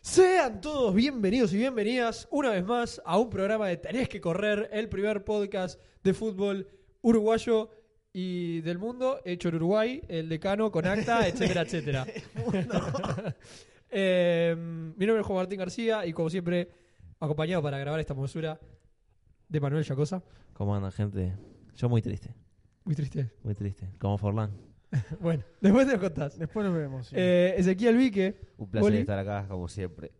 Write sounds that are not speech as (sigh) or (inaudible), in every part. Sean todos bienvenidos y bienvenidas una vez más a un programa de Tenés que correr, el primer podcast de fútbol uruguayo y del mundo, hecho en Uruguay, el decano con (laughs) acta, etcétera, etcétera. (laughs) Eh, mi nombre es Juan Martín García y como siempre, acompañado para grabar esta mosura de Manuel Yacosa. ¿Cómo andan, gente? Yo muy triste, Muy triste. muy triste. Como Forlán. Bueno, después te lo contás. Después nos vemos. sí. Eh, Ezequiel Vique, Un placer Oli. estar acá, como siempre.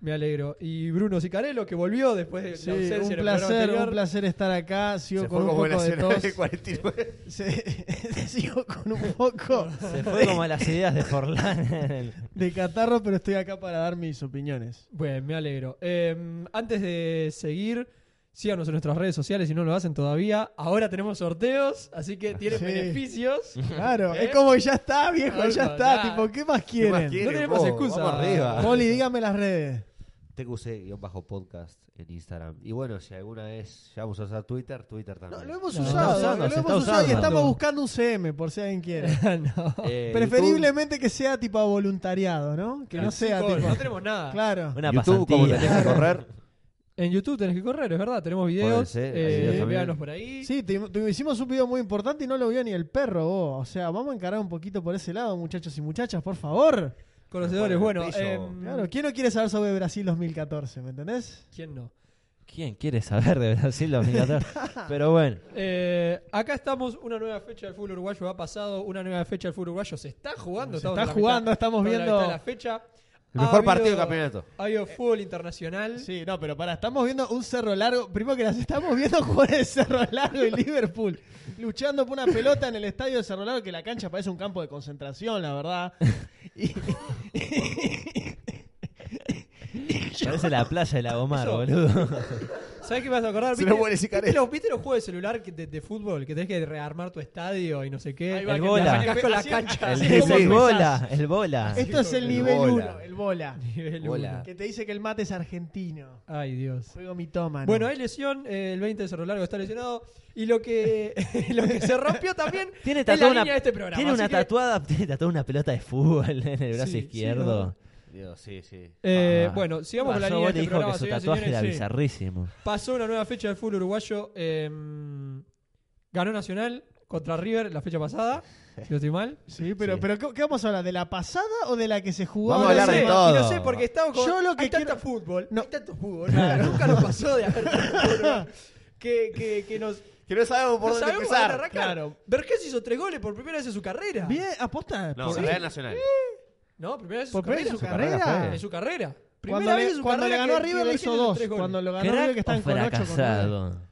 me alegro. Y Bruno Sicarello, que volvió después de Sí, la ausencia en un el programa placer, anterior. un placer estar acá. Sigo Se con fue un como poco la de cena tos. de 49. (laughs) Se- (laughs) sigo con un poco Se fue como a las ideas de Forlán. de catarro, pero estoy acá para dar mis opiniones. Bueno, me alegro. Eh, antes de seguir, síganos en nuestras redes sociales si no lo hacen todavía. Ahora tenemos sorteos, así que tienen Sí. (laughs) beneficios. Claro, ¿Eh? es como ya está, viejo, Algo, ya está. nada. Tipo, ¿qué más quieren? quieren? Poli, tenemos vos? excusa. Vamos arriba. dígame las redes. TQC-podcast en Instagram. Y bueno, si alguna vez llegamos a usar Twitter, Twitter No, también. lo hemos No, se usado, está usando, lo se hemos está usado y usando. estamos buscando un CM, por si alguien quiere. no. (laughs) Eh, Preferiblemente que sea tipo a voluntariado, ¿no? Que no sea Chicos, tipo. No tenemos nada. Claro. Una YouTube, YouTube como pasantía. tenés que (laughs) correr. En YouTube tenés que correr, es verdad. Tenemos videos. Pueden ser, hay eh, videos también. véanlos por ahí. Sí, te- te- hicimos un video muy importante y no lo vio ni el perro, vos. O sea, vamos a encarar un poquito por ese lado, muchachos y muchachas, por favor. Conocedores, Bueno, bueno. piso. em, Claro, ¿quién no quiere saber sobre Brasil 2014, me entendés? ¿Quién no? ¿Quién quiere saber de Brasil 2014? Pero bueno, Eh, acá estamos, una nueva fecha del fútbol uruguayo ha pasado, una nueva fecha del fútbol uruguayo se está jugando. Se estamos está en la jugando, mitad- estamos en la viendo- mitad de la fecha. El Ha mejor partido del habido- campeonato. Ha habido fútbol internacional. Sí, no, pero para, estamos viendo un cerro largo. Primero que las (laughs) estamos viendo jugar el cerro largo y Liverpool. Luchando por una pelota en el estadio de cerro largo, que la cancha parece un campo de concentración, la (laughs) verdad. Y- parece la playa de la Gomar, Eso. (laughs) boludo. ¿Sabes qué me vas a acordar? Se ¿Viste- lo vuelve Sicarello. ¿Viste los, viste los juegos de celular que- de, de fútbol que tenés que rearmar tu estadio y no sé qué? Ahí va, el que bola. te arrancas Arrancás con la cancha. El, así el como empezás. bola, el bola. Este Esto es el El nivel bola. 1, el bola. Nivel Hola. uno. Que te dice que el mate es argentino. Ay, Dios. Juego Ah, mitómano. Bueno, hay lesión, eh, el 20 de Cerro Largo está lesionado y lo que, (laughs) lo que se rompió también (laughs) Tiene es tatuada la una, línea de este programa. tiene así una que- tatuada, tiene tatuada una pelota de fútbol en el brazo Sí, sí, izquierdo. Dios, sí, sí. Eh, Ah. bueno, sigamos con la Pasó, línea de vos este le dijo programa, que su señoras y tatuaje era señores, sí. bizarrísimo. Pasó una nueva fecha del fútbol uruguayo. eh, ganó Nacional contra River la fecha pasada, si no estoy mal. Sí, pero, Sí. pero ¿qué, qué vamos a hablar? ¿De la pasada o de la que se jugó? Vamos a No ahora? hablar sé, de Sí. todo. No sé, porque estaba con. Yo lo que hay tanto quiero- fútbol. No. hay tanto fútbol. Nunca nos pasó de haber (laughs) tanto fútbol. Que, que, que nos. Que no sabemos por no dónde sabemos empezar. dónde arrancar. Claro. Vergés hizo tres goles por primera vez en su carrera. Bien, aposta. No, por- Real Nacional. No, primera vez en su ¿Por carrera. primera vez en su Su carrera carrera? fue. En su carrera. Primera Cuando, vez en le, su cuando le carrera ganó que- a River que le Vergés hizo hizo dos. tres goles. Cuando lo ganó a River Crack que o están con ocho con nueve. fracasado.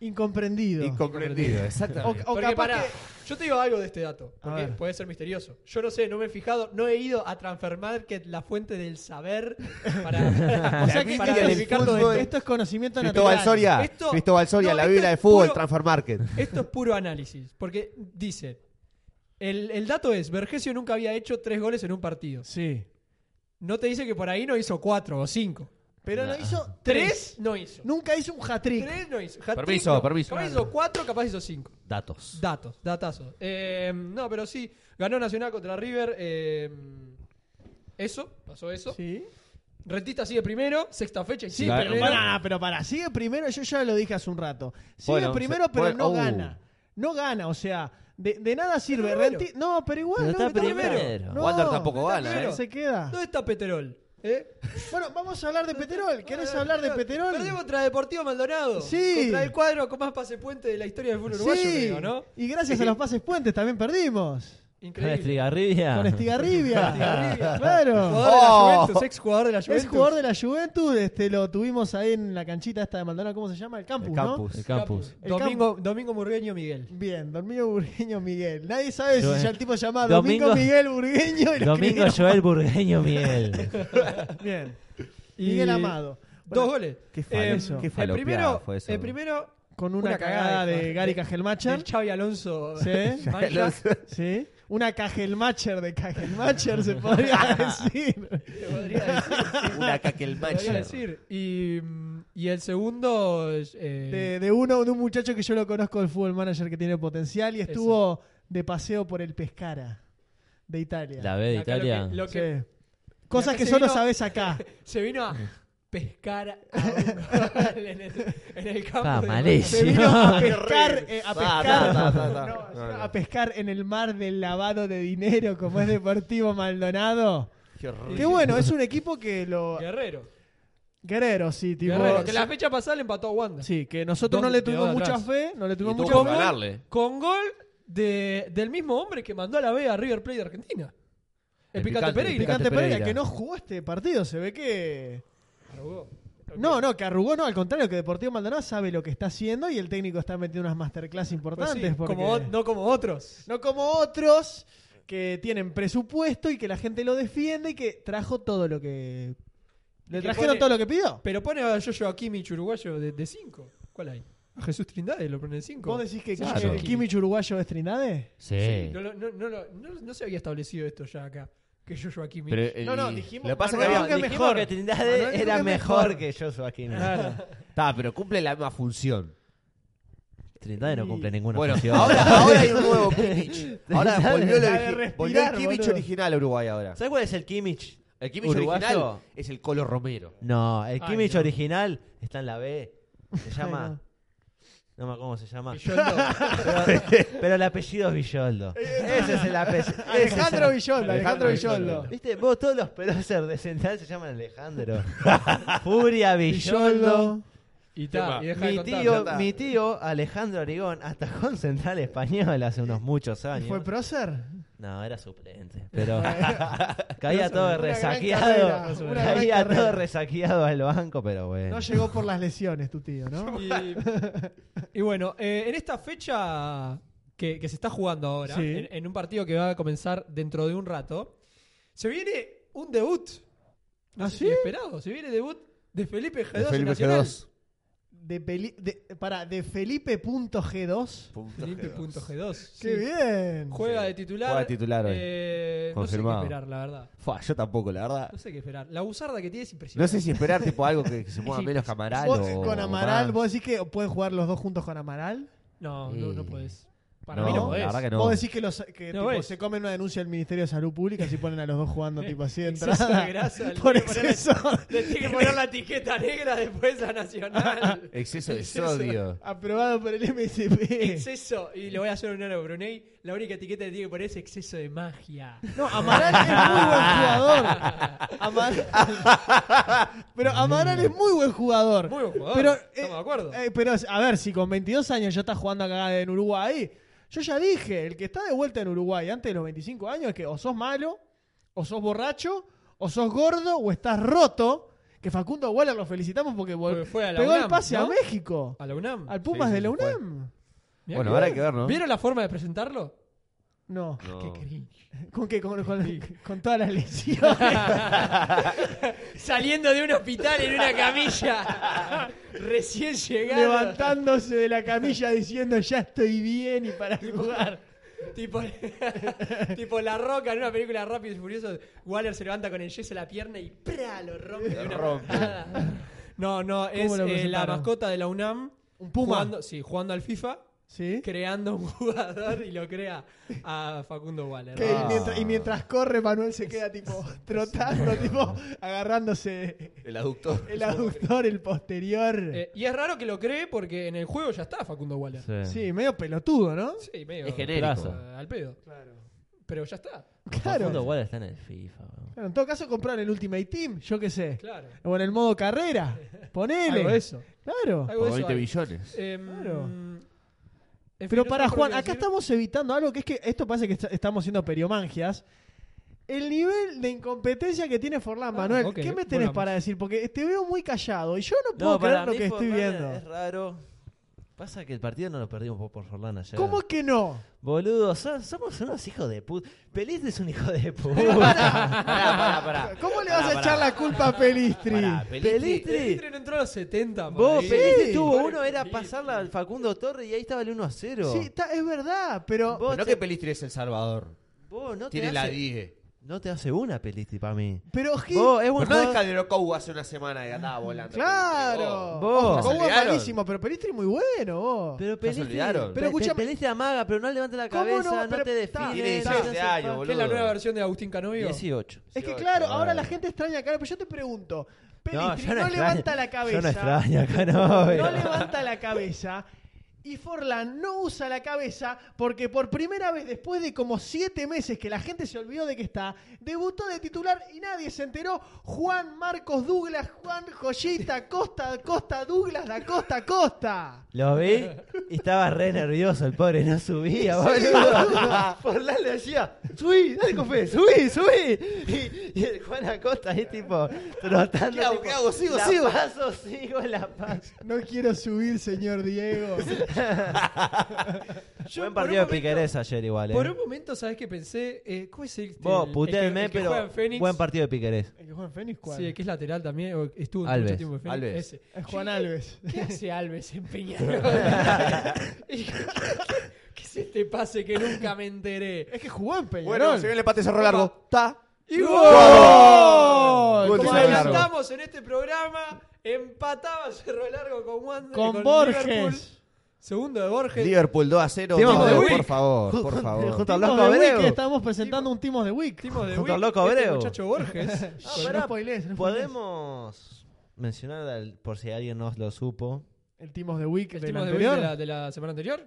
Incomprendido. Incomprendido, o, exactamente. o Porque capaz pará, que- yo te digo algo de este dato, porque ver. puede ser misterioso. Yo no sé, no me he fijado, no he ido a Transfermarket, la fuente del saber, (laughs) para, para, o sea que Ah, Biblia para esto, del verificar todo esto, fútbol. esto. es conocimiento Cristóbal natural. Soria. Esto- Cristóbal Soria, no, la esto Biblia es de fútbol, puro- Transfer Market. Esto es puro análisis, porque dice, el, el dato es, Vergesio nunca había hecho tres goles en un partido. Sí. No te dice que por ahí no hizo cuatro o cinco. Pero no Nah. hizo Tres tres. no hizo. Nunca hizo un hat-trick. Tres no hizo. Hat-trick Permiso, no. permiso. Capaz hizo cuatro, capaz hizo cinco. Datos. Datos, datazos. Eh, no, pero sí, ganó Nacional contra River. eh, eso, pasó eso. Sí. Retista sigue primero, sexta fecha y sigue Claro, primero. Pará, pero pará. Sigue primero, yo ya lo dije hace un rato. Sigue Bueno, primero, se- pero bueno, no oh. gana. No gana, o sea, de, de nada sirve. primero. Renti- No, pero igual. Pero no, está primero. No, Wander tampoco está gana, primero. ¿eh? Se queda. ¿Dónde está Peterol? ¿Eh? Bueno, vamos a hablar de Peterol. ¿Querés hablar de Peterol? Perdimos contra Deportivo Maldonado. Sí. Contra el cuadro con más pase puente de la historia del fútbol uruguayo, creo, ¿no? Y gracias a los pases puentes también perdimos. Con Increíble. Estrigarribia. Con Estigarribia. (laughs) Estigarribia. claro. Jugador de la Oh. Juventus, ex jugador de la Juventus. Es jugador de la Juventus, este, lo tuvimos ahí en la canchita esta de Maldonado, ¿cómo se llama? El campus, El ¿no? campus. El campus. El Domingo, Domingo Murgueño Miguel. Bien, Domingo Burgueño Miguel. Nadie sabe Yo- si ya el tipo se llamaba Domingo, Domingo- Miguel Burgueño. y lo Domingo escribieron. Joel Burgueño Miel. (laughs) (laughs) Bien. Y- (laughs) Miguel Amado. Dos Bueno, goles. Eh, Qué fal- eso. Qué el falopeada primero, fue eso. El primero Con una, Una cagada, cagada de- de Gary del Cajelmacher. Xavi Alonso. Sí. Mancha. Sí. Una Cajelmacher de Cajelmacher se podría decir. Te podría decir. (laughs) Una Te podría caquelmacha. decir. Y, mm, y el segundo. es, eh, de, de uno de un muchacho que yo lo conozco del fútbol manager que tiene potencial y estuvo de paseo por el Pescara de Italia. La B de acá Italia. Lo que, lo que Sí. Cosas acá que se solo vino- sabes acá. Se vino a pescar a un gol en el, en el campo. Ah, de- malísimo. Se vino a Qué pescar, horrible. eh, a Ah, ta, ta, pescar, ta, ta. No, No, no. a pescar en el mar del lavado de dinero, como es Deportivo Maldonado. Qué horrible. Qué bueno, es un equipo que lo. Guerrero. Guerrero, sí, tipo. Guerrero, que la fecha pasada le empató a Wanda. Sí, que nosotros Dos no le de tuvimos ahora mucha atrás. fe, no le Y tuvimos tuvo que mucha gol. ¿eh? ganarle. Con gol de- del mismo hombre que mandó a la B a River Plate de Argentina. El, El Picante, Picante, Pereira. el Picante Picante Pereira, Pereira. que no jugó este partido, se ve que. Arrugó. No, pues no, que arrugó, no, al contrario, que Deportivo Maldonado sabe lo que está haciendo y el técnico está metiendo unas masterclass Pues sí, importantes. porque... como, o- no como otros. No como otros que tienen presupuesto y que la gente lo defiende y que trajo todo lo que. ¿Le Y que trajeron pone- todo lo que pidió? Pero pone a Yoyo Kimmich uruguayo de 5. ¿Cuál hay? A Jesús Trindade lo pone de 5. ¿Vos decís que Claro. Kimi- Kimmich uruguayo es Trindade? Sí. no, lo- no, no, lo- no- no se había establecido esto ya acá. Que Joshua Kimmich. Pero el- No, no, dijimos- Lo que pasa es que Manuel había- Duque dijimos mejor. que Trindade Manuel Duque era mejor. mejor que Joshua Kimmich. Está, pero cumple la misma función. Trindade no cumple ninguna Bueno, función. (laughs) ahora, ahora hay un nuevo Kimmich. Ahora Trindade. volvió, lo Deja de origi- respirar, volvió el Kimmich boludo. original a Uruguay ahora. ¿Sabes cuál es el Kimmich? El Kimmich ¿Uruguayo? original es el Colo Romero. No, el Ay, Kimmich no. original está en la B. Se Ay, llama. no. No me acuerdo cómo se llama. Villoldo. Pero, pero el apellido es Villoldo. Ese es el apellido. Alejandro Villoldo, Alejandro Alejandro Villoldo. Viste, vos todos los pelosers de Central se llaman (laughs) Alejandro. Furia Villoldo. Villoldo. y Tema. ta, y deja de Mi contar. tío, mi tío Alejandro Arigón atajó en Central Español hace unos muchos años. ¿Fue prócer? No, era suplente. (laughs) Pero (laughs) caía todo Una gran resaqueado. carrera, una gran Caía todo carrera. resaqueado al banco, pero bueno. No llegó por las lesiones tu tío, ¿no? (laughs) Y, y bueno, eh, en esta fecha que, que se está jugando ahora, Sí. en, en un partido que va a comenzar dentro de un rato, se viene un debut. No ¿Ah, sé sí? si esperado. Se viene debut de Felipe G2 De en Felipe Nacional. G2. De, peli- de- para, de Felipe.g2. Felipe.G2. ¡Qué bien! Juega Sí. de titular. Juega de titular hoy. Eh, no sé qué Confirmado. esperar, la verdad. Fua, yo tampoco, la verdad. No sé qué esperar. La buzarda que tiene es impresionante. No sé si esperar tipo algo que, que se mueva menos que Amaral Vos, o- con o Amaral, más. ¿vos decís que pueden jugar los dos juntos con Amaral? No, no, no podés. Para Mm. No, mí no la podés. verdad que no. ¿Vos decís que, los, que No tipo, ves. se comen una denuncia del Ministerio de Salud Pública si ponen a los dos (laughs) jugando tipo así de Exceso de entrada? (laughs) grasa, le (laughs) Por tiene que poner- exceso. Le tiene que poner la etiqueta negra después a (laughs) Nacional. Exceso de Exceso. sodio. (laughs) Aprobado por el (laughs) MSP. exceso. Y lo voy a hacer un a Brunei. La única etiqueta que tiene que poner es exceso de magia. No, Amaral es muy buen jugador. Amaral- (laughs) Pero Amaral es muy buen jugador. Muy buen jugador. Pero, eh, Estamos de acuerdo. eh, pero, a ver, si con 22 años ya está jugando acá en Uruguay, yo ya dije, el que está de vuelta en Uruguay antes de los 25 años es que o sos malo, o sos borracho, o sos gordo, o estás roto. Que Facundo Waller lo felicitamos porque vol- Porque fue a la pegó UNAM, el pase ¿no? a México, a la UNAM. al Pumas Sí, sí, de la sí, fue. UNAM. Mirá Bueno, que ahora hay bien. que ver, ¿no? ¿Vieron la forma de presentarlo? No. No. Qué cringe. (laughs) ¿Con qué? Con, con- con todas las (laughs) lesiones. Saliendo de un hospital en una (laughs) camilla. Recién llegado. levantándose de la camilla diciendo ya estoy bien y para jugar. Tipo, (laughs) tipo La Roca en una película rápido y furioso. Waller se levanta con el yeso en la pierna y ¡pra! lo rompe de una rompe. patada. No, no, es lo eh, la presentaron? mascota de la UNAM. Un puma. Jugando, sí, jugando al FIFA, ¿Sí? creando un jugador y lo crea a Facundo Waller. Que- Ah. y, mientras, y mientras corre, Manuel se queda tipo trotando, tipo agarrándose El aductor. el aductor, el posterior. Eh, y es raro que lo cree porque en el juego ya está Facundo Waller. Sí, sí, medio pelotudo, ¿no? medio. Es genérico. eh, Al pedo. Claro. Pero ya está. Facundo (laughs) Claro. Waller está en el FIFA. weón. En todo caso, compraron el Ultimate Team, yo qué sé. Claro. O en el modo carrera. (laughs) Ponele. Algo de eso. Claro. Algo Por de eso 20 hay. billones. Em, Claro. en fin, Pero no para sabemos qué Juan, iba a acá decir. estamos evitando algo que es que esto parece que est- estamos siendo periomangias. El nivel de incompetencia que tiene Forlán, Ah, Manuel, ok, ¿qué me tenés volvamos. para decir? Porque te veo muy callado y yo no puedo para creer lo mí que estoy Forlán viendo. Es raro. Pasa que el partido no lo perdimos por- por Forlán ayer. ¿Cómo que no? Boludo, so- somos unos hijos de puta. Peliste es un hijo de (laughs) puta. (laughs) Pará, pará, pará. ¿Cómo le vas Pará, a echar la culpa a Pelistri? Pará, Pelistri. El Pelistri. Mitre no entró a los 70. por Ah, Vos, ahí. Pelistri Sí. tuvo uno, era pasarla al Facundo Torre y ahí estaba el 1 a 0. Sí, está- es verdad, pero Vos Pero no te- que Pelistri es El Salvador. Vos no te Tiene la hace- 10. No te hace una Pelisti para mí. Pero Gil. Vos, es Pero buen no es jugador. Calderón Cou hace una semana que andaba volando. Claro. Vos. Ojo, Cowboy es ¿Salieron? malísimo, pero Pelistri muy bueno, vos. Pero Ya se Pelisti, olvidaron. Pero pero escúchame. Pelisti amaga, pero no levanta la ¿Cómo cabeza, no? no, Pero te está, define. Tiene no 17 te hace años, falta. ¿Qué es la boludo. nueva versión de Agustín Canovio? 18. es que Sí, claro, claro. ahora la gente extraña a Cano, pero yo te pregunto. Pelistri yo no, extraño- levanta la cabeza. Yo no extraño acá, (laughs) no. pero- no levanta la cabeza. Y Forlán no usa la cabeza porque por primera vez después de como siete meses que la gente se olvidó de que está, debutó de titular y nadie se enteró. Juan Marcos Douglas, Juan Joyita, Costa, Costa Douglas, da (laughs) Costa, Costa. Lo vi y estaba re nervioso, el pobre no subía, (laughs) boludo. Forlán le decía, subí, dale con fe, subí, subí. Y, y el Juan Acosta ahí tipo, trotando. ¿Qué hago, tipo, qué hago? Sigo, la sigo. paso, sigo la paso. No quiero subir, señor Diego. (laughs) Yo por Buen un partido de momento- Piquerés ayer igual, eh. Por un momento, ¿sabés qué pensé? Eh, ¿Cómo es el, Vos, el- puteame, el que- el que pero juega en Fénix? buen partido de Piquerés. ¿El que juega en Fénix cuál? Sí, el que es lateral también. o Estuvo mucho Alves, tiempo en Fénix. Alves. Ese. Es Juan Alves. ¿Qué hace Alves en (laughs) Peñarol? ¿Qué es este pase que nunca me enteré? Es que jugó en Peñarol. Bueno, se viene el empate, cerró largo. Ta. ¡Y ¡Gol! Como Gol de Cerro Largo. adelantamos en este programa, empataba Cerro Largo con Wander. Con Liverpool. Borges. Segundo de Borges. Liverpool 2 a 0. Timo Timos Vamos, de Breu, Wick. por favor, por Junto- favor. Junto al Timos loco de Wick, Abreu. que estamos presentando un Timos de Wick. Timo de Junto al Wick, loco este Abreu. muchacho Borges. (laughs) Ah, pará, spoilees, no spoilees. Podemos mencionar, al- por si alguien no lo supo, El Timos de Wick El del Timo de Wick anterior. de la, de la semana anterior.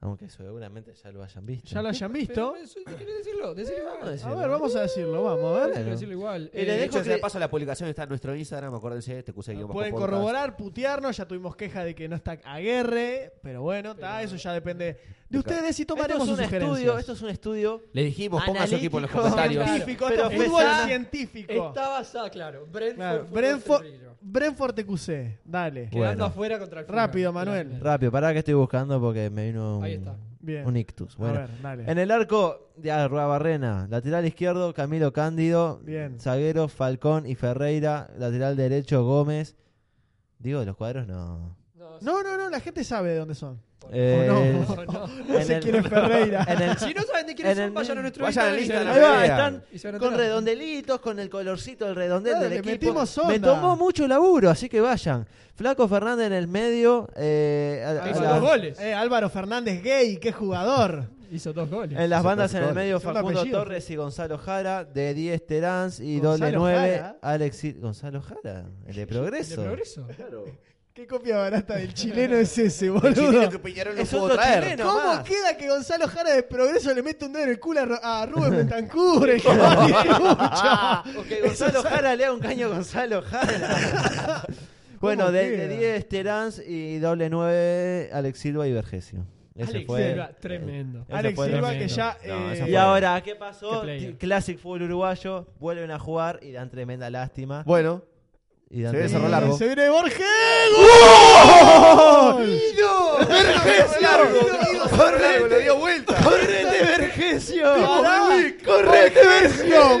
aunque seguramente ya lo hayan visto. Ya lo hayan visto. Pero, eso, ¿Quieres decirlo? Decirlo Ah, igual. A ver, vamos a decirlo, vamos a ver. Quiero decirlo igual. Eh, Eh, de hecho, dejo de que- paso la publicación está en nuestro Instagram, acuérdense, te puse Pueden corroborar, putearnos, ya tuvimos queja de que no está Aguerre, pero bueno, está, eso ya depende de ustedes y tomaremos esto es sus un estudio, sugerencias. esto es un estudio Le dijimos, ponga su equipo en los Analítico. comentarios. científico, Pero esto es fútbol pesada. científico. Está basada, claro. Brentford. Claro, fue Brentford, nuestro brillo. Brentford TQC, dale. Quedando Bueno. afuera contra el Fulham. Rápido, Manuel. Claro. rápido, pará que estoy buscando porque me vino un, Ahí está. Bien. un ictus. Bueno, A ver, dale. en el arco de Barrena, lateral izquierdo Camilo Cándido, Bien. zaguero Falcón y Ferreira, lateral derecho Gómez. Digo, los cuadros no. No, sí. No, no, no, la gente sabe de dónde son. Eh, Oh, no. (laughs) (laughs) No En sé el- quién es Ferreira. en el- Si no saben de quiénes En el son, vayan a mismo- nuestro vayan al Instagram. Ahí Instagram. va, están y se van a con enterar. redondelitos, con el colorcito del redondel Claro, del le equipo. metimos onda. Me tomó mucho laburo, así que vayan. Flaco Fernández en el medio. eh, a- a Hizo la- dos goles. Eh, Álvaro Fernández Gay, qué jugador. Hizo dos goles. en las Hizo bandas dos en el goles. medio Segundo Facundo apellido. Torres y Gonzalo Jara. De 10 Terán y Gonzalo doble 9 Jara. Alexis. Gonzalo Jara, el de Progreso. ¿De progreso? Qué copia barata del chileno es ese, El boludo. chileno que Peñarol no Es pudo otro traer. chileno ¿Cómo más. queda que Gonzalo Jara de Progreso le mete un dedo en el culo a, Ru- a Rubén Bentancur? el que no tiene Ah, mucho? o que Gonzalo Jara lea un caño a Gonzalo Jara. bueno, ¿Cómo de queda? de 10 Terán y doble 9 Alex Silva y Vergesio. Ese Alex fue- Eh. Silva, tremendo. Ese Alex fue Silva que tremendo. ya... No, esa eh, y fue- ahora- ahora, ¿qué pasó? Qué player. Classic Fútbol Uruguayo, vuelven a jugar y dan tremenda lástima. Bueno, Y dan Se ve tremenda- cerró eh, largo. Se viene Borges. ¡Gol! Vergesio. Corre, lo dio vuelta. (laughs) ¡Correte, Vergesio! Corre,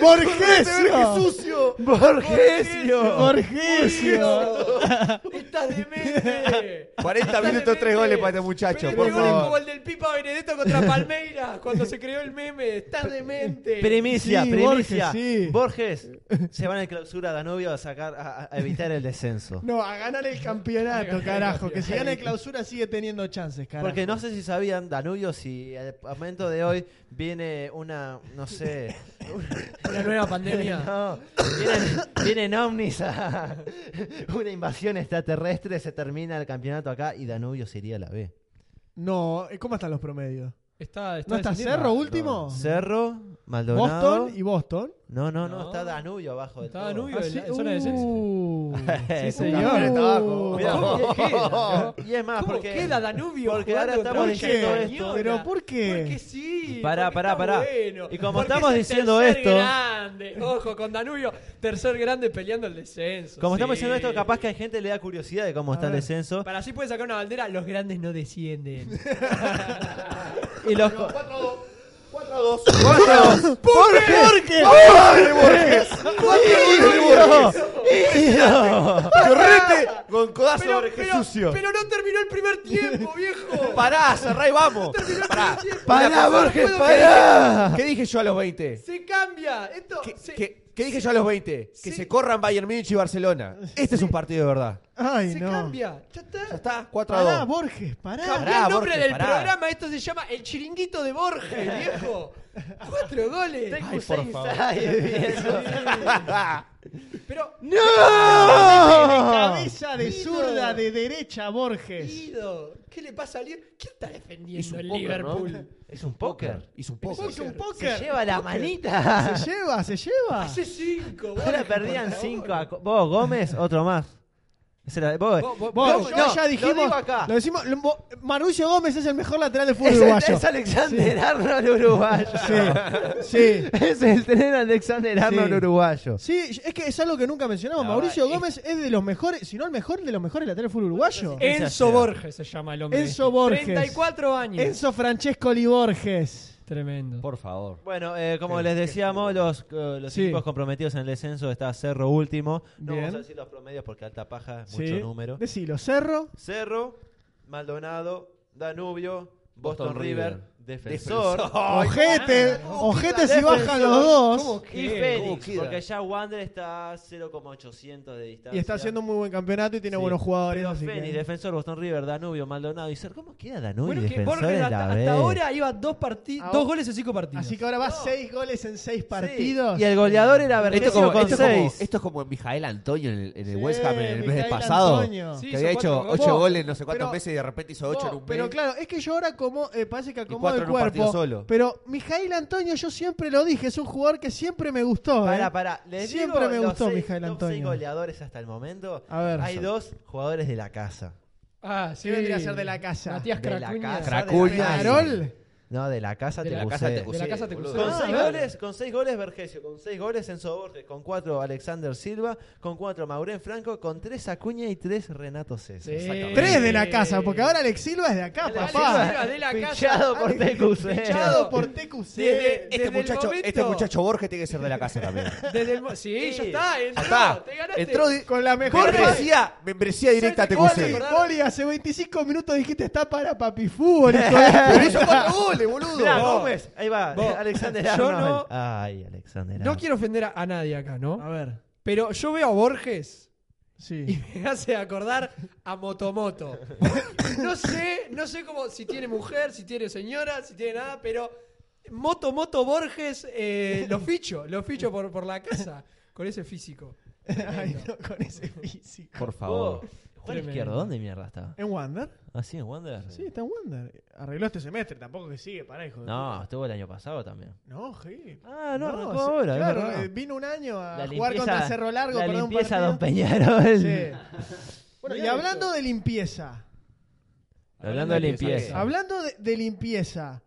¡Borgesio! ¡Borgesio! sucio. ¡Vergesio! ¡Borgesio! (laughs) ¡Estás demente! 40 minutos, 3 goles para este muchacho, Pero por goles como favor. el del Pipa Benedetto contra Palmeiras cuando se creó el meme. ¡Estás demente! Primicia, Sí, primicia. Borges, sí. Borges, se van en clausura a Danubio a sacar, a, a evitar el descenso. No, a ganar el campeonato, carajo. Que si gana el clausura sigue teniendo chances, carajo. Porque no sé si sabían, Danubio, si al momento de hoy viene una, no sé, (laughs) Una nueva pandemia. No, vienen, vienen ovnis a (laughs) una invasión extraterrestre, se termina el campeonato acá y Danubio se iría a la B. No, eh, ¿cómo están los promedios? Está, ¿No está descendiendo. Cerro último? Cerro, Maldonado. Boston y Boston. No, no, no, No. está Danubio abajo de Está todo. Danubio. Ah, sí, en zona de descenso. uh. Eh, Sí, ¿cómo- señor. Uh. Mirá ¿Cómo vos. queda, no? (laughs) Y es más, ¿Cómo porque queda Danubio? porque jugando ahora estamos contra diciendo Cañola? esto. Pero ¿por qué? Porque sí. Pará, porque pará, está pará. bueno, Y como porque estamos es el diciendo tercer esto- grande. Ojo, con Danubio, tercer grande peleando el descenso. como estamos sí. diciendo esto, capaz que hay gente que le da curiosidad de cómo A está el ver. descenso. Para así puede sacar una bandera, los grandes no (laughs) descienden. Y los, 4 a 2. ¡Borges! ¡Borges! ¡Corre, Borges! ¡Borges! ¡Bienvenido! Correte con codazo sobre Jesús. pero no terminó el primer tiempo, viejo. Pará, cerrá y vamos. Pará. Una ¡Pará, cosa, Borges, ¿puedo- pará! ¿Qué dije yo a los 20? Se cambia. Esto ¿Qué, se, qué- qué dije yo a los 20? Que Sí. se corran Bayern Múnich y Barcelona. Este es un partido de verdad. Ay, se no. cambia. Ya está. Ya está, 4 a 2. Pará, Borges, pará. Cambió Pará, el nombre Borges, del pará. programa, esto se llama El Chiringuito de Borges, viejo. Cuatro goles. Ay, por favor. Pero, Oh. De ¡No! cabeza de Mira. zurda, de derecha, Borges. Guido, ¿qué le pasa al Liverpool? ¿Quién está defendiendo Hizo un el póker, ¿no? Liverpool? Es un póker. Hizo un Hizo poco. un póker. Se lleva Ah, la Se manita. lleva, se lleva. Hace cinco. (laughs) Ahora Borges, perdían por favor. 5 a. co- Vos, Gómez, otro más. Esa era- vos- Vos- vos- Vos, vos- yo no, ya lo dijimos. digo acá. lo decimos. lo- bo- Mauricio Gómez es el mejor lateral de fútbol es, uruguayo. es Alexander Arnold uruguayo. Sí. Sí. (laughs) Es el tren Alexander Arnold Sí. uruguayo. Sí, es que es algo que nunca mencionamos. La Mauricio verdad, Gómez es de los mejores, si no el mejor de los mejores laterales del fútbol uruguayo. Enzo Borges se llama el hombre. Enzo Borges. 34 años. Enzo Francescoli Borges. Tremendo. Por favor. Bueno, eh, como les decíamos, los, eh, los Sí. equipos comprometidos en el descenso está Cerro último. No Bien. vamos a decir los promedios porque Alta Paja es Sí. mucho número. Decilo, Cerro. Cerro, Maldonado, Danubio, Boston Boston, River, River, Defensor, ojete. Ojete si Defensor. bajan los dos. (laughs) queda? y ¿Cómo Fénix. queda? Porque ya Wander está a 0,800 de distancia. Y está haciendo un muy buen campeonato y tiene Sí. buenos jugadores. Pero así que- Fénix, Defensor, Boston River, Danubio, Maldonado y Cerro. ¿Cómo queda Danubio? Bueno, y que Defensor Borges en la hasta, B? hasta ahora iba dos, parti- Ahora- dos goles en cinco partidos. Así que ahora va seis goles en seis partidos. Y el goleador era Esto, Vergesio es como, con esto, es como, 6. esto es como en Mijael Antonio en el, en Sí, el West Ham en el mes Mijael pasado. Antonio. Sí, que había hizo cuatro hecho goles. 8 Vos, goles en no sé cuántos pero- meses y de repente hizo Vos, 8 en un mes. pero claro, es que yo ahora como eh, parece que cuatro acomodo el en un partido cuerpo. solo. Pero Mijail Antonio, yo siempre lo dije, es un jugador que siempre me gustó. eh. Pará, pará. Les Siempre digo me los gustó seis- Mijail top Antonio. seis goleadores hasta el momento. A ver. Hay dos jugadores de la casa. Ah, sí. ¿Qué vendría a ser de la casa? Matías De la Cracuña. casa. Cracuña. Peñarol. No, de la casa De te la casa puse. te De la Sí, casa te boludo. crucé. Con Ah, seis, dale. goles, con seis goles Vergesio, con seis goles Enzo Borges, con cuatro Alexander Silva, con cuatro Maurén Franco, con tres Acuña y tres Renato César. Sí. (laughs) Exactamente. Tres de la casa, porque ahora Alex Silva es de acá, Alex papá. Silva de la (laughs) Fichado casa. (laughs) por eh. TQC. Fichado. Fichado por TQC. Desde- Este, desde el muchacho, momento- este muchacho Borges tiene que ser de la casa (laughs) también. Desde el mo- sí, ya está, entró, está. te ganaste. Entró de- Con la mejor. Membresía, membresía directa a Siete TQC. goles. Poli, hace 25 minutos dijiste está para papi fútbol. eh". hijo Pero de- (laughs) hizo cuatro goles, boludo. Mirá, Vos. Gómez, ahí va, Vos. Alexander Yo Arnold. no- Ay, Alexander No Arnold. quiero ofender a, a nadie acá, ¿no? A ver. Pero yo veo a Borges y Sí. (laughs) me (laughs) hace acordar a Motomoto. No sé, no sé cómo, si tiene mujer, si tiene señora, si tiene nada, pero Motomoto Borges eh, lo ficho, lo ficho por, por la casa, con ese físico. Ay, no, con ese físico. Por Vos, favor. Juan Tremendo. Izquierdo, ¿dónde mierda está? ¿En Wander? ¿Ah, sí, en Wander? Sí, está en Wander. Arregló este semestre, tampoco que sigue, pará, hijo de No, puta. estuvo el año pasado también. No, Gil. Ah, no, arrancó sí, ahora, es Claro, verdad. eh, vino un año a La jugar limpieza- contra Cerro Largo, la perdón, un limpieza partido. Don Peñarol. (laughs) Sí. Bueno, y hablando de limpieza. Hablando de limpieza. Hablando de, de limpieza.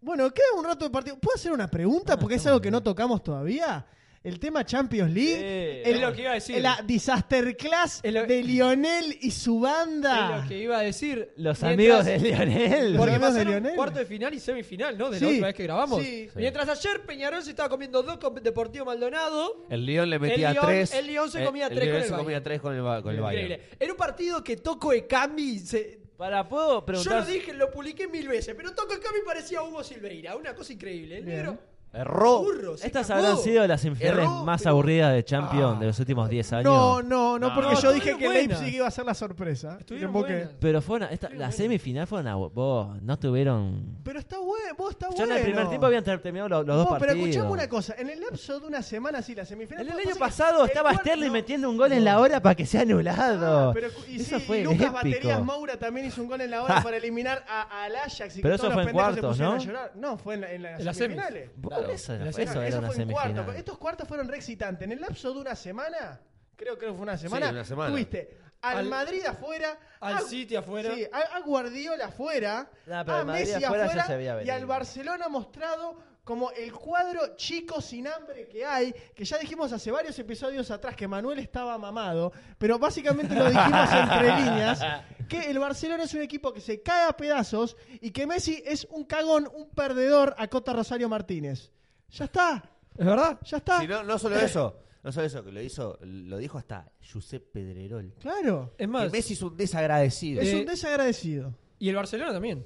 Bueno, queda un rato de partido. ¿Puedo hacer una Ah, pregunta? Porque es algo que no tocamos todavía. El tema Champions League. Sí. El- Es lo que iba a decir. La disaster class Es lo- de Lionel y su banda. Es lo que iba a decir. Los Mientras- amigos de Lionel. Por- Porque amigos de pasaron Lionel. cuarto de final y semifinal, ¿no? De la Sí, última vez que grabamos. sí. Sí. Mientras ayer Peñarol se estaba comiendo dos con Deportivo Maldonado. El León le metía metía El Lyon- 3. tres. el Lyon se Eh, comía el tres Lyon con el se comía Bayern. 3 con el, con Increíble. Era un partido que Toco Ekami se... Para, ¿puedo Yo lo preguntar? dije, lo publiqué mil veces, pero Toco Ekami parecía Hugo Silveira, una cosa increíble. El Bien. negro, Erró. burro, se Estas cagó. habrán sido las semifinales Erró, más pero- aburridas de Champions de los últimos 10 años. No, no, no, No, porque no, yo estuvieron dije que buenas. Leipzig iba a ser la sorpresa. Estuvieron Me emboqué. buenas. Pero fue una, esta- la bueno. semifinal fue una. Vos, no tuvieron. Pero está bueno, vos está Ya Ah, bueno. en el primer tiempo habían ter- terminado los, los dos Vos, partidos. Pero escuchame una cosa, en el lapso de una semana sí, la semifinal. El, Lo que año pasa es que pasado el estaba cuarto- Sterling no. metiendo un gol en la hora para que sea anulado. Ah, pero, escu- y eso sí, fue y Lucas épico. Ah. Baterías Maura también hizo un gol en la hora para eliminar a- al Ajax. Y que Pero todos eso fue en los pendejos se cuartos, pusieron a ¿no? llorar. No, fue en, la- en las En las semis. semifinales. Vos, Eso, era- Las eso Bueno, era eso una fue en semifinal. cuartos. Estos cuartos fueron re excitantes. En el lapso de una semana, creo creo que fue una semana, una semana. tuviste al, Al- Madrid afuera, Al a- City afuera. sí, a, a Guardiola afuera, Nah, pero a el Madrid Messi afuera afuera, ya se había y venido. al Barcelona mostrado como el cuadro chico sin hambre que hay, que ya dijimos hace varios episodios atrás que Manuel estaba mamado, pero básicamente lo dijimos (laughs) entre líneas, que el Barcelona es un equipo que se cae a pedazos y que Messi es un cagón, un perdedor a Cota Rosario Martínez. Ya está, ¿Es verdad? ya está. Eh. Si no, no solo eso. No solo eso, que lo hizo, lo dijo hasta Josep Pedrerol. Claro. Es Que más, Messi es un desagradecido. Es Eh, un desagradecido. y el Barcelona también.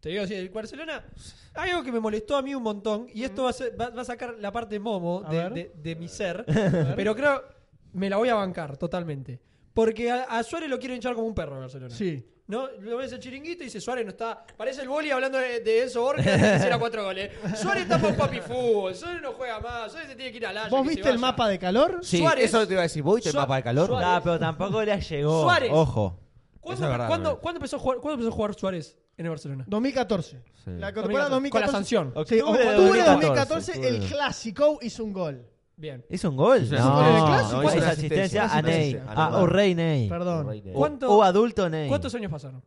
Te digo así, el Barcelona. Hay algo que me molestó a mí un montón, y esto va a, ser- va- va a sacar la parte momo A de, ver. de- de mi ser, pero creo me la voy a bancar totalmente. Porque a, a Suárez lo quieren hinchar como un perro al Barcelona. Sí. ¿No? Lo ves el chiringuito y dice Suárez no está. Parece el boli hablando de, de Enzo Borges que hiciera cuatro goles. Suárez está por papi fútbol, Suárez no juega más, Suárez se tiene que ir al Ajax. ¿Vos Ah, que se viste el vaya. mapa de calor? Sí, Suárez. eso te iba a decir. ¿Vos viste el Sua- mapa de calor? Suárez. Ah, pero tampoco le llegó. Suárez. Ojo. ¿Cuándo, Eso es verdad, cuándo- también. cuándo empezó a jugar, ¿Cuándo empezó a jugar Suárez en el Barcelona? 2014. Sí. La temporada 2014. Con la sanción. Sí, Octubre de octubre de 2014, 2014, el octubre. clásico hizo un gol. Bien. ¿Hizo un gol? Hizo No, un gol en el Clásico, no, hizo hizo una asistencia asistencia. a Ney. Hizo una A Urrey Ney. Perdón. ¿Cuánto- O adulto Ney. ¿Cuántos años pasaron?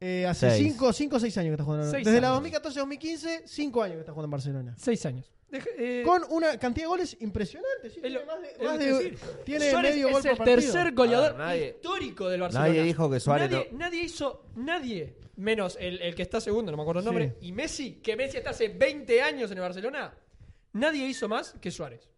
Eh, hace Seis. 5 o 6 años que está jugando. en Seis Barcelona. Desde años. la 2014-2015, 5 años que está jugando en Barcelona. Seis años. Deja- eh, Con una cantidad de goles impresionante. sí, es lo- tiene más de- es lo más que de- decir. tiene Suárez medio es gol por el partido. tercer goleador A ver, nadie- histórico del Barcelona. Nadie dijo que Suárez nadie, no- nadie hizo, nadie, menos el, el que está segundo, no me acuerdo el nombre, y Messi, que Messi está hace 20 años en el Barcelona, nadie hizo más que Suárez.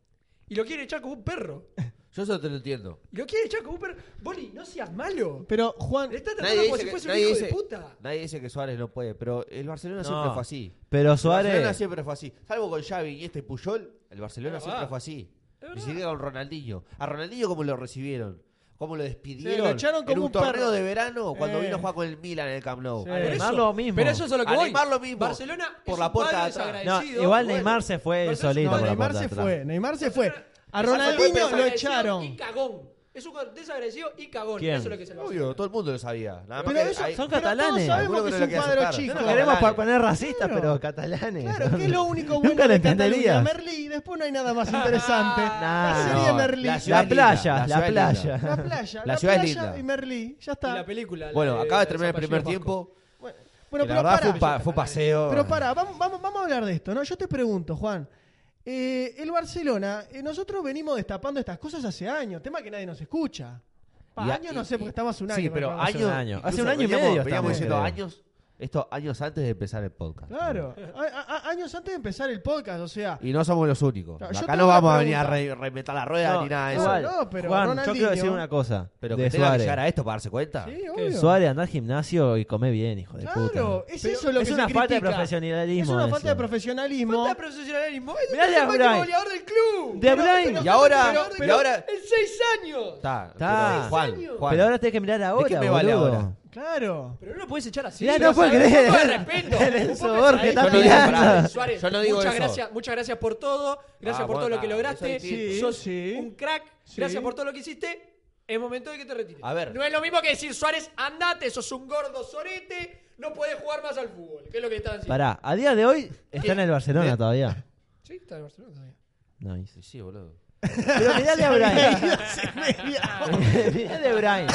Y lo quiere echar como un perro. Yo eso te lo entiendo. Y Lo quiere echar como un perro. Boli, no seas malo. Pero Le Juan, está tratando Nadie como dice, si que, fuese un nadie hijo de dice- puta. nadie dice que Suárez no puede, pero el Barcelona No. siempre fue así. Pero El Barcelona Suárez. siempre fue así. Salvo con Xavi y este Puyol, el Barcelona Es siempre verdad. fue así. Es Ni verdad. siquiera con Ronaldinho. A Ronaldinho cómo lo recibieron, cómo lo despidieron. lo echaron como en un, un perro. torneo de verano cuando Eh. vino a jugar con el Milan en el Camp Nou. Sí. Por Neymar eso- lo mismo. Pero eso es a lo que A voy. Neymar lo mismo. Barcelona Por es la un padre puerta de atrás. No, desagradecido. igual Bueno, Neymar se fue Barcelona- solito. no, por la Neymar puerta se de atrás. fue. Neymar se fue. A Es un Ronaldinho jugador lo desagradecido Y echaron. cagón. Es un jugador desagradecido y cagón. ¿Quién? Eso es lo que se lo Obvio, todo el mundo lo sabía. Nada más Pero que eso, ahí- son pero catalanes. Todos sabemos que Alguno que es no un le queda cuadro aceptar. chico. No No queremos Catalanes. poner racistas, Claro. pero catalanes. Claro, que es lo único bueno Nunca lo de Cataluña entenderías. Merlí y después no hay nada (laughs) más interesante. Nah, la serie no, Merlí, la la, ciudad La es linda, playa, la la ciudad es playa. linda. playa, La la, ciudad es playa linda. y Merlí, Y ya está. la película. la Bueno, acaba de terminar el Zapallo primer Vasco. tiempo. bueno, que bueno, la pero verdad fue un, para, pa- fue un paseo. pero para, vamos, vamos, vamos a hablar de esto, ¿no? Yo te pregunto, Juan. eh, el Barcelona, eh, nosotros venimos destapando estas cosas hace años, tema que nadie nos escucha. Pa, Y a- años y- no sé, porque y- estamos hace un año. Sí, pero capaz. hace años. un año. Hace un incluso año y veníamos- medio estamos, Veníamos diciendo creo. años, esto años antes de empezar el podcast. Claro, a- a- a- años antes de empezar el podcast, o sea, Y no somos los únicos. No, yo Acá tengo no una vamos a venir a pregunta. re- reinventar la rueda ni nada de eso. igual, No, pero Juan, yo Ronaldinho- quiero decir una cosa. Pero de que tenga que Suárez. llegar a esto para darse cuenta. sí, ¿Qué? obvio. Suárez, anda al gimnasio y come bien, hijo de puta. Claro, es Pero- eso lo es que una se falta de critica. profesionalismo Es una falta de eso. profesionalismo. Falta de profesionalismo. Es Mirá el de máximo Abraham. goleador del club. De Pero- Abraham. pero- Y ahora- pero- y pero- ahora- En seis años. Está, Está. pero Juan, Pero Juan. Pero ahora tenés que mirar ahora, qué me vale boludo. ahora? Claro. Pero no lo puedes echar así. Mirá, Pero, no puedo a ver, creer. Un (laughs) poco de respeto. El Un Enzo poco de- Borges Ahí, está yo no digo mirando. Suárez, Suárez, Yo no digo muchas eso. gracias, muchas gracias por todo. Gracias Ah, por todo bueno, lo que ah, lograste. eso es distinto. Sos un crack. Sí. Gracias por todo lo que hiciste. Es momento de que te retires. A ver. No es lo mismo que decir Suárez, andate, sos un gordo sorete, no podés jugar más al fútbol. ¿Qué es lo que están haciendo? Pará, a día de hoy está en el Barcelona todavía. Sí, está en Barcelona todavía. Nice. Sí, sí, boludo. Pero mirale a Brian. mirale a Brian.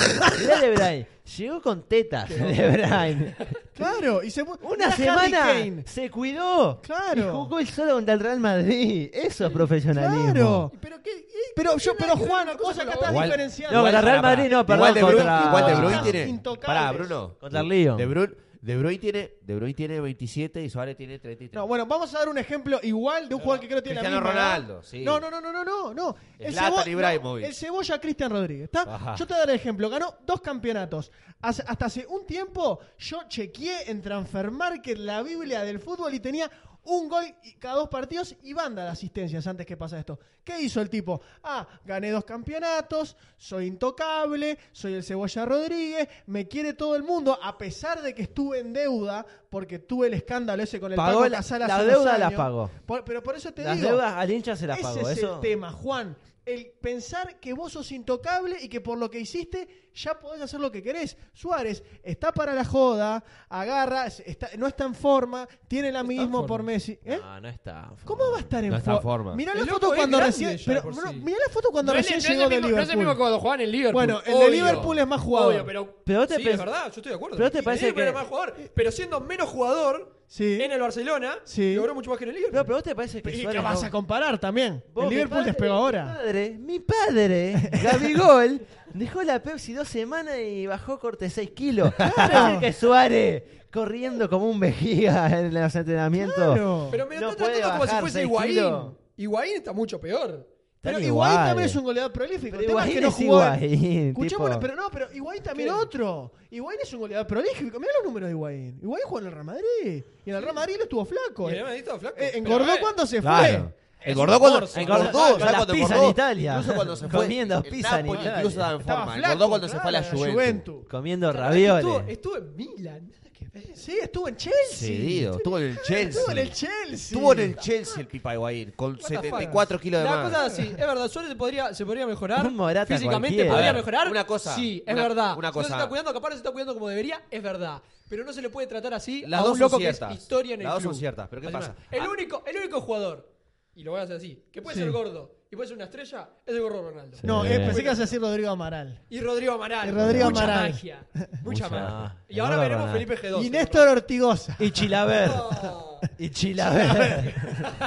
Mirale a Brian. Llegó con tetas de Brian. Claro, y se pu- Una Mirá Harry semana Kane. se cuidó. Claro. Y jugó el solo contra el Real Madrid. Eso es profesionalismo. Claro. ¿Pero qué? Pero yo, pero Juan, vos con acá la estás Igual- diferenciando. No, contra Pará, Real pará. Madrid no, perdón. Igual de Bruyne, contra... igual de Bruyne Bruyne tiene. intocables. Pará, Bruno. Contra el Lyon. De Bruyne, de Bruyne tiene, de Bruyne tiene 27 y Suárez tiene 33. No, bueno, vamos a dar un ejemplo igual de un jugador que creo que tiene Cristiano la misma edad. Ronaldo, sí. No, no, no, no, no, no, no. El, Zlatan cebo- Ibrahimovic. no, el cebolla Cristian Rodríguez. ¿tá? Ajá. Yo te daré el ejemplo. Ganó dos campeonatos. Hace- hasta hace un tiempo yo chequeé en Transfermarket la Biblia del fútbol y tenía un gol y- cada dos partidos y banda de asistencias antes que pasa esto. ¿Qué hizo el tipo? Ah, gané dos campeonatos, soy intocable, soy el Cebolla Rodríguez, me quiere todo el mundo, a pesar de que estuve en deuda porque tuve el escándalo ese con el Pagó Paco la- Casal la hace deuda unos la años. pagó. Por- pero por eso te Las digo. deudas al hincha se las pagó. ese es eso... el tema, Juan. El pensar que vos sos intocable y que por lo que hiciste ya podés hacer lo que querés. Suárez está para la joda, agarra, es- está- no está en forma, tiene el en amismo forma. por Messi. ¿eh? No, no está. ¿Cómo va a estar en, No está en fo- forma. Mirá la El foto loco es cuando grande recién. ya Pero, por bro, sí. mirá la foto cuando No es- recién no es el llegó de mismo- Liverpool. No es el mismo que cuando jugaba en el Liverpool. Bueno, el de Liverpool es más jugador. Obvio, pero, Pero vos te sí, pens- es verdad, yo estoy de acuerdo. pero te El parece Liverpool que- era más jugador, pero siendo menos jugador Sí. en el Barcelona, Sí. logró mucho más que en el Liverpool. No, pero vos te parece que ¿Y qué Suárez vas no- a comparar también? Vos, el mi Liverpool padre- despegó Mi ahora. padre, mi padre, Gabigol, dejó la Pepsi dos semanas y bajó corte 6 kilos. Así que Suárez, corriendo como un vejiga en los entrenamientos. Claro. Pero me lo No está puede tratando como si bajar fuese seis Higuaín. kilos. Higuaín está mucho peor. Pero Están Higuaín iguales. también es un goleador prolífico. Pero el tema es que Higuaín no es jugó. en- Higuaín, Escuchemos, tipo- pero no, pero Higuaín también ¿Qué? otro. Higuaín es un goleador prolífico. Mirá los números de Higuaín. Higuaín jugó en el Real Madrid. Y en el Real Madrid lo estuvo flaco. Y el Madrid flaco. Eh, Pero, engordó eh, cuando se Claro. es Engordó un cuando- corso. engordó. Con las- ¿sabes con las cuando pizzas engordó? en Italia. Incluso cuando se fue. Comiendo el pizza en Napoli Italia. Incluso estaba en Estaba forma. flaco. Engordó cuando se fue a la claro, Juventus. Comiendo Claro, Estuvo, ravioles. estuvo en Milan. nada que ver. Sí, estuvo en Chelsea. Cedido. Estuvo en el Chelsea. Estuvo en el Chelsea. Estuvo en el Chelsea el Pipa Higuaín. Con What the fuck? 74 kilos de La más. cosa es así, es verdad, Suárez se podría, se podría mejorar. Un Morata físicamente cualquiera. podría A ver, mejorar. una cosa, Sí, es una- verdad. una No se cosa. está cuidando, capaz no se está cuidando como debería, es verdad. Pero no se le puede tratar así Las a dos un son loco ciertas. que es historia en el Las dos club. son ciertas, pero ¿qué Así pasa? Ah. más. El único, el único jugador, y lo voy a hacer así, que puede Sí. ser gordo y puede ser una estrella, es el gorro Ronaldo. No, eh, Sí. pensé que ibas a decir Rodrigo Amaral. Y Rodrigo Amaral. Y Rodrigo mucha Amaral. (laughs) magia. Mucha Mucha- magia. Y el ahora gordo veremos Amaral. Felipe G2. (laughs) Y Néstor Ortigosa. (laughs) Y Chilaver. Ah. Y (laughs) Chilaver.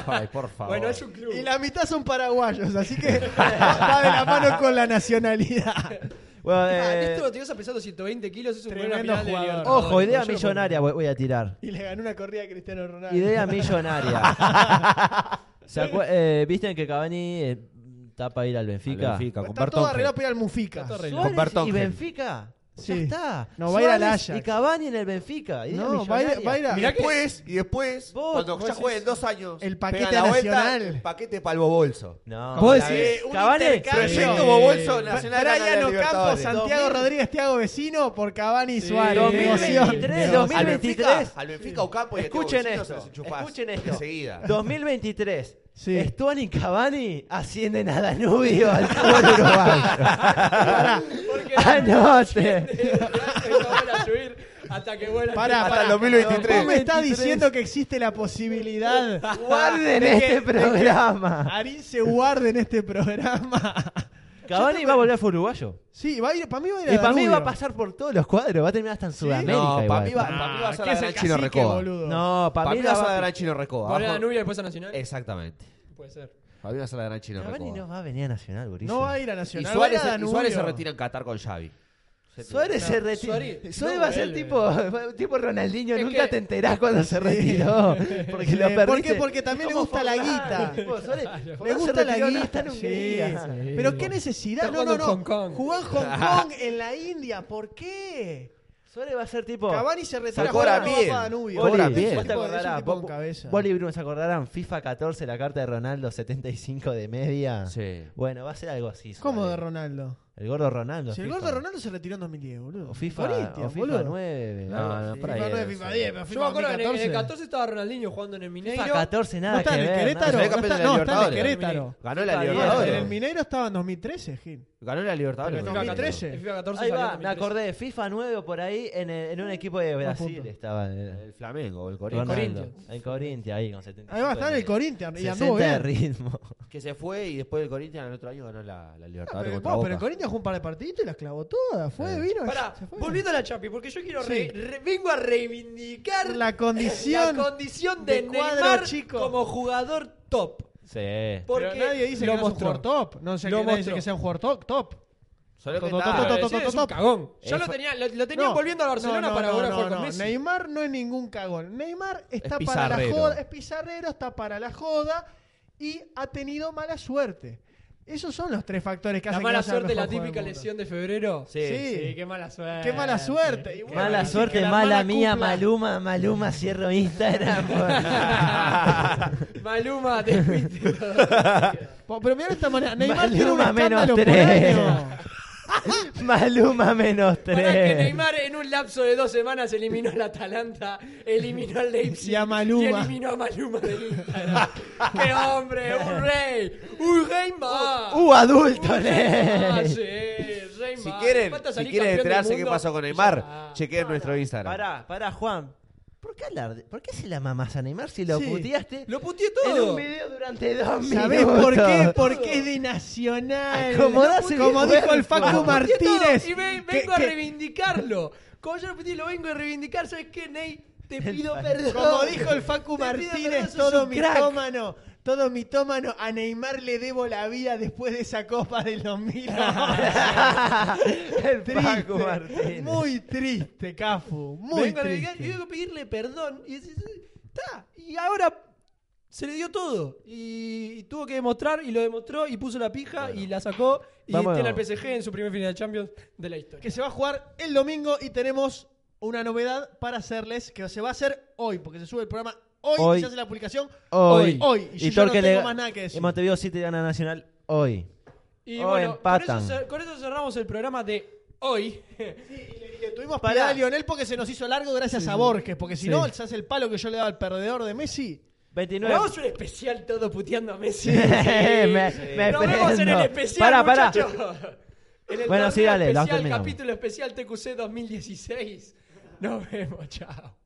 Ay, por favor. Bueno, es un club. Y la mitad son paraguayos, así que (laughs) va de la mano con la nacionalidad. Bueno, Ah, eh, Néstor Ortigosa pesando 120 kilos es un buen Tremendo final de jugador. Libertadores. Ojo, idea Yo lo millonaria voy, voy a tirar. Y le ganó una corrida a Cristiano Ronaldo. Idea millonaria. (laughs) ¿Se acue- eh, ¿Visten que Cavani eh, tapa ir al Benfica? Benfica, Está con todo Bertongen. arreglado para ir al Mufica. Está todo arreglado. Suárez Con Bertongen. y Benfica. Ya Sí. está. No, va a ir al Suárez Ajax. Y Cavani en el Benfica. Idea No, va a ir- va a ir a- Y Mirá después, y después, Vos, cuando vos ya decís- jueguen dos años, El paquete pegan la vuelta, nacional. el paquete palvo bolso. No. Vos la decís, ves. un Cavani. intercambio. Proyecto Eh, Bobolso Bra- Nacional Brian gana la Ocampo, Libertadores. Santiago 2000. Rodríguez, Thiago Vecino por Cavani y Sí. Suárez. 2023, Negoción. 2023. Al Benfica, al Benfica Ocampo y a Thiago Escuchen Vecino esto, se los enchufás escuchen esto. Enseguida. 2023. Sí. Stuani y Cavani ascienden a Danubio al fútbol uruguayo. (laughs) Porque (laughs) Anote. no van a subir hasta que vuelan. Pará, Hasta pará. el 2023. Vos me estás 2023. diciendo que existe la posibilidad (laughs) Guarden (laughs) de que- Ah, este de que programa. Arín se guarde en este programa. Cavani va a volver al fútbol uruguayo. Sí, va a ir, para mí va a ir Y para mí Danubio. va a pasar por todos los cuadros. Va a terminar hasta en Sudamérica. No, para igual. mí va, Ah, pa' mí va a ser ¿qué la es el gran Chino cacique, Recoba. boludo? No, para Para mí mí va a la ser la va gran Chino Recoba. Poner a Abajo- Nubia y después a Nacional. Exactamente. Puede ser. Para mí va a ser la gran Chino Cavani no Recoba. va a venir a Nacional, Guris. No va a ir a Y Nacional. Suárez, va a ir a y Suárez se Danubio. retira en Qatar con Xavi. Suárez se retira. Suárez Suárez, no va a ser vuelve. tipo, (laughs) tipo Ronaldinho. Es Nunca que- te enterás cuando (laughs) se retiró. Porque lo Eh, perdiste. ¿Por qué? Porque también le Como gusta la Forlán, guita. tipo, (laughs) Suárez, Le Forlán se gusta la retiró, no, guita. está en Hungría. Sí, sí. Pero qué necesidad. Está No, no, jugando no. en Hong Kong. Jugá en Hong Kong, en la India. ¿por qué? Suárez va a ser tipo. Cavani se retira. Se cobra juega, no va bien. pa' Danubio. Cobra Boli, Ahora bien. vos te Es acordarás, un tipo vos- con cabeza. Boli y Bruno se acordarán FIFA 14, la carta de Ronaldo, 75 de media. Sí. Bueno, va a ser algo así. ¿Cómo Suárez. de Ronaldo? El gordo Ronaldo. Si el FIFA. gordo Ronaldo se retiró en 2010, boludo. O FIFA, Corinthians, o FIFA boludo. 9. No, algo no, así. por ahí. FIFA 9, no FIFA sé. 10, pero Yo me FIFA acuerdo que en el- en el 2014. 14 estaba Ronaldinho jugando en el Mineiro. FIFA 14, No nada está que en el ver. Querétaro. Se ve No campeón está, de la no, está en el Libertadores. Querétaro. Ganó la En el Libertadores. Mineiro estaba en 2013, Gil. Ganó la Libertadores. En Pero FIFA 2013. 14. En FIFA 14 Ahí salió va, en me 2013. acordé, FIFA 9 por ahí, en, el- en un equipo de Brasil puntos. estaba. eh, El Flamengo, el Ronaldo. Corinthians. Corinthians. El Corinthians ahí con 75. Ahí va a estar el Corinthians. Y 60 (laughs) anduvo de bien. ritmo. Que se fue y después del Corinthians el otro año ganó la, la Ah, Libertadores Pero, contra vos, Boca. pero el Corinthians jugó un par de partiditos y las clavó todas. Fue, vino. Pará, se fue. volviendo a la Chapi, porque yo quiero Sí. re- re- vengo a reivindicar La condición la condición de, de cuadro Neymar chico. como jugador top. Sí. Porque Pero nadie dice lo que no es un mostró. jugador top. No sé Lo que nadie dice mostró. que sea un jugador top. top. Solo que Todo, está- todo, todo, Pero ese Ah, es un cagón. Ya Eh, lo fa- tenía, lo, lo tenían No, volviendo a Barcelona no, no, para no, ahora no, jugar con no. Messi. Neymar no es ningún cagón. Neymar está Es para la pizarrero. joda, es pizarrero, está para la joda y ha tenido mala suerte. Esos son los tres factores La que hacen que mala no sea el suerte, la mejor típica jugador del lesión de febrero. Sí. Sí. qué mala suerte. Qué mala suerte. Y bueno, Mala así suerte, que la mala, mala mía, cupla. Maluma, Maluma, cierro Instagram. (laughs) Maluma, te fuiste. mundo. Po- Pero mira esta manera. Neymar Maluma tiene un escándalo menos por tres. año. Maluma menos Para que tres. Neymar en un lapso de dos semanas eliminó al Atalanta, eliminó al Leipzig Y a Maluma. y eliminó a Maluma del Instagram. ¡Qué hombre! ¡Un rey! ¡Un rey más! Uh, adulto, Un rey más, sí, Ney. rey Si más. quieren, Falta si salir quieren campeón del enterarse qué mundo pasó con y ya Neymar, está. chequeen nuestro Instagram. Pará, pará, Juan. ¿Por qué hablar de- ¿Por qué se la mamás a Neymar si lo Sí. puteaste Lo puteé en todo. un video durante dos ¿Sabés minutos? por qué? (laughs) Porque es de Nacional. Acomodase Como bien, dijo el Facu Juan. Lo puteé todo Martínez. Y ve- vengo que- a que- reivindicarlo. Como yo lo puteé, lo vengo a reivindicar. ¿Sabes qué, Ney? Te pido perdón. Como dijo (laughs) el Facu Te pido perdón, Martínez, sos todo un crack. mitómano, todo mitómano, a Neymar le debo la vida después de esa copa del (laughs) 2011. el Paco triste, Martínez. muy triste, Cafu, muy Vengo a reivindicar y triste. vengo a pedirle perdón. Y decís, está. Y ahora se le dio todo. Y, y tuvo que demostrar, y lo demostró, y puso la pija, y la sacó, y Vamos. tiene al PSG en su primer final de Champions de la historia. que se va a jugar el domingo y tenemos una novedad para hacerles que se va a hacer hoy, porque se sube el programa hoy, Hoy. y se hace la publicación Hoy. hoy. hoy. Y, yo ya no Torque tengo le- más nada que decir. Y Montevideo City gana Nacional hoy. Y Oh, bueno, con eso, empatan. cer- con eso cerramos el programa de hoy. (laughs) Le tuvimos piedad a Lionel porque se nos hizo largo gracias a Borges, porque si Sí. no, se hace el palo que yo le daba al perdedor de Messi. 29. Hagamos un especial todo puteando a (laughs) Messi. me, me Nos vemos en el prendo. especial, Pará, pará. (laughs) muchachos. En el Bueno, sí, torneo dale, lo especial, terminamos. capítulo especial TQC 2016. Nos vemos, chao.